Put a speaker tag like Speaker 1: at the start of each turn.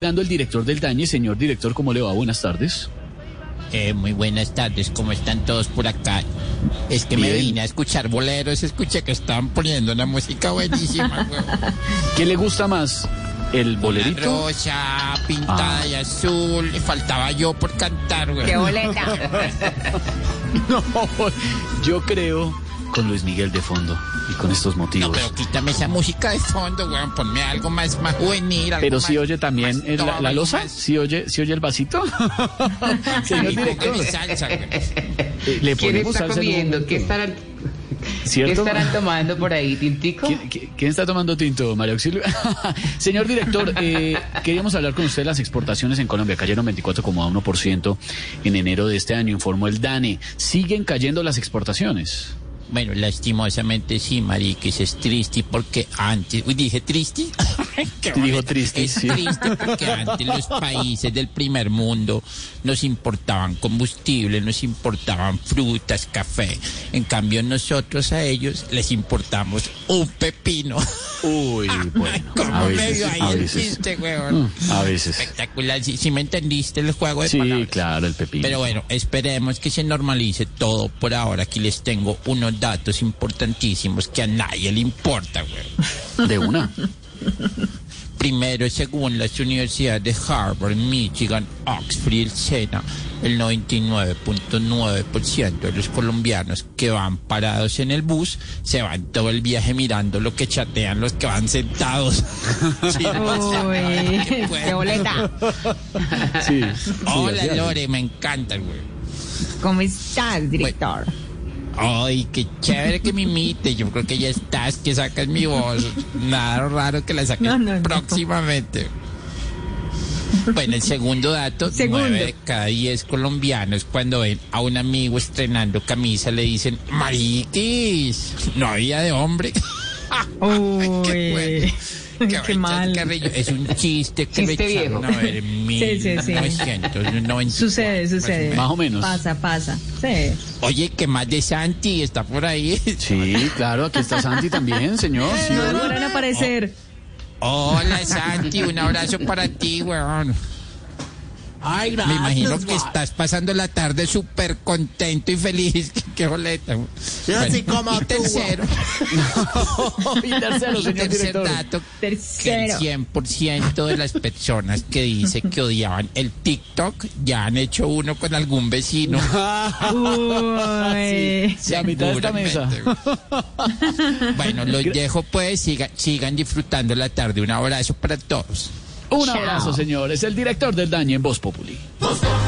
Speaker 1: Dando el director del Dañe, señor director, ¿cómo le va? Buenas tardes.
Speaker 2: Eh, muy buenas tardes, ¿cómo están todos por acá? Es que me
Speaker 1: Bien.
Speaker 2: vine a escuchar boleros, escuché que estaban poniendo una música buenísima, huevón.
Speaker 1: ¿Qué le gusta más? ¿El
Speaker 2: Una
Speaker 1: bolerito? Ah.
Speaker 2: rosa pintada de azul, y faltaba yo por cantar, güey.
Speaker 3: ¡Qué boleta!
Speaker 1: No, yo creo con Luis Miguel de fondo y con estos
Speaker 2: No,
Speaker 1: motivos.
Speaker 2: pero quítame esa música de fondo, güey, ponme algo más, más juvenil. algo
Speaker 1: Pero
Speaker 2: más-
Speaker 1: si oye también
Speaker 2: más
Speaker 1: el- la, la
Speaker 2: todo,
Speaker 1: losa,
Speaker 2: más-
Speaker 1: si oye, si oye el vasito, señor
Speaker 2: Y póngale
Speaker 1: director,
Speaker 2: salsa, güey.
Speaker 1: eh, le
Speaker 4: ¿Quién
Speaker 1: ponemos
Speaker 4: está
Speaker 1: salsa en un
Speaker 4: comiendo?
Speaker 1: momento.
Speaker 4: ¿Qué estarán, ¿Qué
Speaker 1: ¿Cierto?
Speaker 4: estarán tomando por ahí, Tintico?
Speaker 1: ¿Qui- qui- ¿Quién está tomando tinto, María Auxilio? Señor director, eh, queríamos hablar con usted de las exportaciones en Colombia. Cayeron 24,1% en enero de este año, informó el DANE. ¿Siguen cayendo las exportaciones?
Speaker 2: Bueno, lastimosamente sí, mariquis, es triste porque antes... Uy, dije triste. Qué
Speaker 1: Dijo
Speaker 2: bonito.
Speaker 1: triste,
Speaker 2: Es
Speaker 1: sí.
Speaker 2: triste porque antes los países del primer mundo nos importaban combustible, nos importaban frutas, café. En cambio nosotros a ellos les importamos un pepino.
Speaker 1: Uy, Ah, bueno,
Speaker 2: Como
Speaker 1: a
Speaker 2: medio
Speaker 1: veces,
Speaker 2: ahí
Speaker 1: a
Speaker 2: el
Speaker 1: veces.
Speaker 2: chiste,
Speaker 1: Mm,
Speaker 2: weón.
Speaker 1: A veces.
Speaker 2: Espectacular, si me entendiste el juego de
Speaker 1: Sí,
Speaker 2: palabras.
Speaker 1: claro, el pepino.
Speaker 2: Pero bueno, esperemos que se normalice todo por ahora. Aquí les tengo unos datos importantísimos que a nadie le importa, güey.
Speaker 1: De una.
Speaker 2: Primero, según las universidades de Harvard, Michigan, Oxford y el SENA, el 99.9% de los colombianos que van parados en el bus se van todo el viaje mirando lo que chatean los que van sentados. Sí, no sé,
Speaker 3: Uy,
Speaker 2: qué puede.
Speaker 3: ¡Qué boleta!
Speaker 1: Sí.
Speaker 2: Hola Lore, me encanta, güey.
Speaker 3: ¿Cómo estás, director?
Speaker 2: Ay, qué chévere que me imite. Yo creo que ya estás, que sacas mi voz. Nada raro que la saques
Speaker 3: No, no, no.
Speaker 2: próximamente. Bueno, el segundo dato,
Speaker 3: Segundo.
Speaker 2: nueve de cada diez colombianos cuando ven a un amigo estrenando camisa le dicen, mariquis, no había de hombre.
Speaker 3: Uy,
Speaker 2: Qué
Speaker 3: qué mal.
Speaker 2: Carrillo. Es un chiste que
Speaker 4: Chiste
Speaker 2: me echaron
Speaker 4: viejo.
Speaker 2: a ver en
Speaker 3: Sí, sí, sí.
Speaker 2: 1994,
Speaker 3: Sucede,
Speaker 2: más o
Speaker 3: sucede.
Speaker 2: menos.
Speaker 1: Más o menos.
Speaker 3: Pasa, pasa. Sí.
Speaker 2: Oye, que más de Santi está por ahí.
Speaker 1: Sí, claro, aquí está Santi también, señor. Sí,
Speaker 3: No
Speaker 1: hola.
Speaker 3: demoran a aparecer.
Speaker 2: Hola Santi, un abrazo para ti, weón.
Speaker 5: Ay,
Speaker 2: Me
Speaker 5: gracias.
Speaker 2: imagino que
Speaker 5: guau.
Speaker 2: estás pasando la tarde súper contento y feliz. Qué, qué boleta. weón.
Speaker 5: Yo así como
Speaker 2: y
Speaker 5: tú,
Speaker 2: tercero,
Speaker 1: Y tercero,
Speaker 2: y
Speaker 1: señor
Speaker 2: tercer
Speaker 1: director.
Speaker 2: dato, que el
Speaker 3: Tercero.
Speaker 2: 100% de las personas que dice que odiaban el TikTok ya han hecho uno con algún vecino.
Speaker 3: Ah, Uy.
Speaker 1: La mitad de esta mesa.
Speaker 2: Seguramente. Bueno, los dejo pues, siga- sigan disfrutando la tarde. Un abrazo para todos.
Speaker 1: Un abrazo, señor. Es el director del Dañe en Voz Populi.
Speaker 5: Voz Populi.